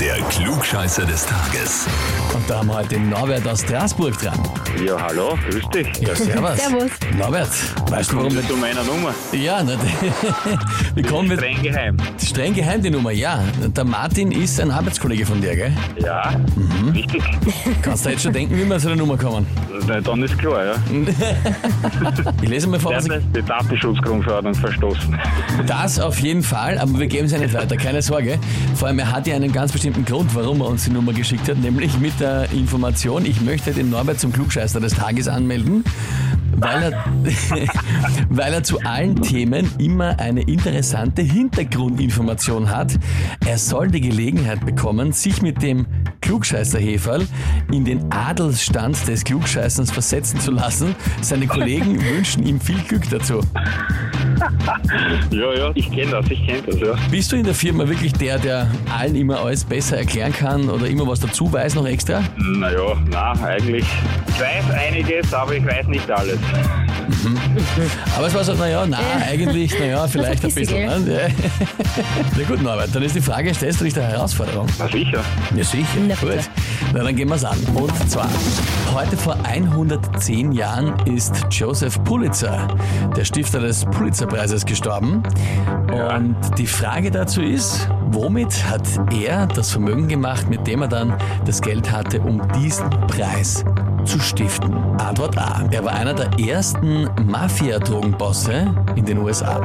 Der Klugscheißer des Tages. Und da haben wir heute den Norbert aus Straßburg dran. Ja, hallo, grüß dich. Ja, servus. Servus. Norbert, weißt du, warum Zu meiner Nummer. wir... Ja, na, wir kommen mit... Streng geheim. Streng geheim die Nummer, ja. Der Martin ist ein Arbeitskollege von dir, gell? Ja, richtig. Kannst du jetzt schon denken, wie wir zu der Nummer kommen? Na, dann ist klar, ja. Ich lese mal vor, Der was hat ich... die Datenschutzgrundverordnung verstoßen. Das auf jeden Fall, aber wir geben es ja nicht weiter, keine Sorge. Vor allem, er hat ja einen ganz bestimmten Grund, warum er uns die Nummer geschickt hat, nämlich mit der Information, ich möchte den Norbert zum Klugscheißer des Tages anmelden, weil er, weil er zu allen Themen immer eine interessante Hintergrundinformation hat. Er soll die Gelegenheit bekommen, sich mit dem Klugscheißer-Heferl in den Adelsstand des Klugscheißers versetzen zu lassen. Seine Kollegen wünschen ihm viel Glück dazu. Ja, ja, ich kenne das, ich kenne das, ja. Bist du in der Firma wirklich der, der allen immer alles besser erklären kann oder immer was dazu weiß noch extra? Naja, na, eigentlich. Ich weiß einiges, aber ich weiß nicht alles. Aber es war so, naja, na, Ja. eigentlich, naja, vielleicht ein Vergiss sie, bisschen. Ne? Na gut, Norbert, dann ist die Frage, stellst du dich der Herausforderung? Na sicher. Ja, sicher. Na bitte. gut. Na, dann gehen wir's an. Und zwar, heute vor 110 Jahren ist Joseph Pulitzer, der Stifter des Pulitzerpreises, gestorben. Und die Frage dazu ist, womit hat er das Vermögen gemacht, mit dem er dann das Geld hatte, um diesen Preis zu stiften? Antwort A. Er war einer der ersten Mafia-Drogenbosse in den USA.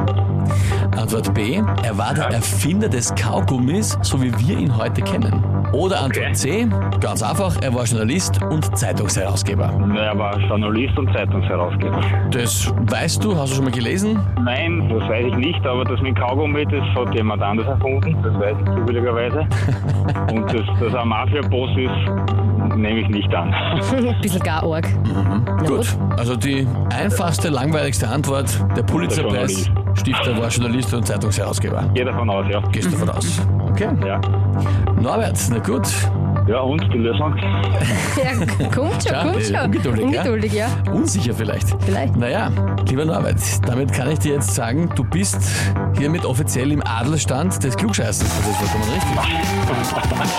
Antwort B. Er war der Erfinder des Kaugummis, so wie wir ihn heute kennen. Oder Antwort Okay. C. Ganz einfach, er war Journalist und Zeitungsherausgeber. Na, Er war Journalist und Zeitungsherausgeber. Das weißt du, hast du schon mal gelesen? Nein, das weiß ich nicht, aber das mit Kaugummi, das hat jemand anders erfunden, das weiß ich zufälligerweise. Und dass das ein Mafia-Boss ist, nehme ich nicht an. Ein bisschen gar arg. Na Gut. Also die einfachste, langweiligste Antwort, der Pulitzerpreis, Der Stifter war Journalist und Zeitungsherausgeber. Gehe davon aus, ja. Gehst du davon aus? Okay. Ja. Norbert, na gut. Ja, und die Lösung? Ja, kommt schon, Tja, kommt äh, schon. ungeduldig, ja? Ungeduldig, ja. Unsicher vielleicht. Vielleicht. Naja, lieber Norbert, damit kann ich dir jetzt sagen, du bist hiermit offiziell im Adelstand des Klugscheißers. Das ist vollkommen richtig.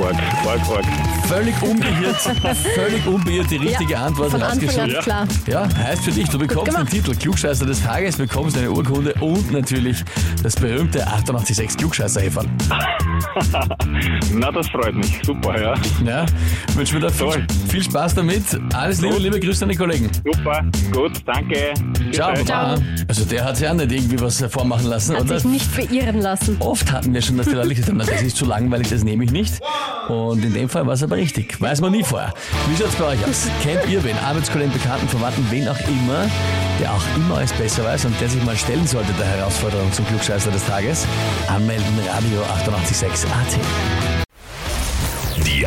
Org, org, org. Völlig unbeirrt, völlig unbeirrt die richtige ja. Antwort Von Anfang an rausgesucht. Ja. klar. Ja, heißt für dich, du bekommst den gemacht. Titel Klugscheißer des Tages, bekommst eine Urkunde und natürlich das berühmte 886 klugscheißer -Häferl. Na, das freut mich. Super, ja. Ja, wünsche mir da viel, Toll. viel Spaß damit. Alles Liebe, liebe Grüße an die Kollegen. Super, gut, danke. Ciao. Bitte. Baba. Also der hat sich auch nicht irgendwie was vormachen lassen, Hat oder? sich nicht beirren lassen. Oft hatten wir schon, dass die Leute gesagt haben, "Na, das ist zu langweilig, das nehme ich nicht. Und in dem Fall war es aber richtig. Weiß man nie vorher. Wie schaut's bei euch aus? Kennt ihr wen? Arbeitskollegen, Bekannten, Verwandten, wen auch immer, der auch immer alles besser weiß und der sich mal stellen sollte der Herausforderung zum Klugscheißer des Tages? Anmelden Radio 886 AT. Die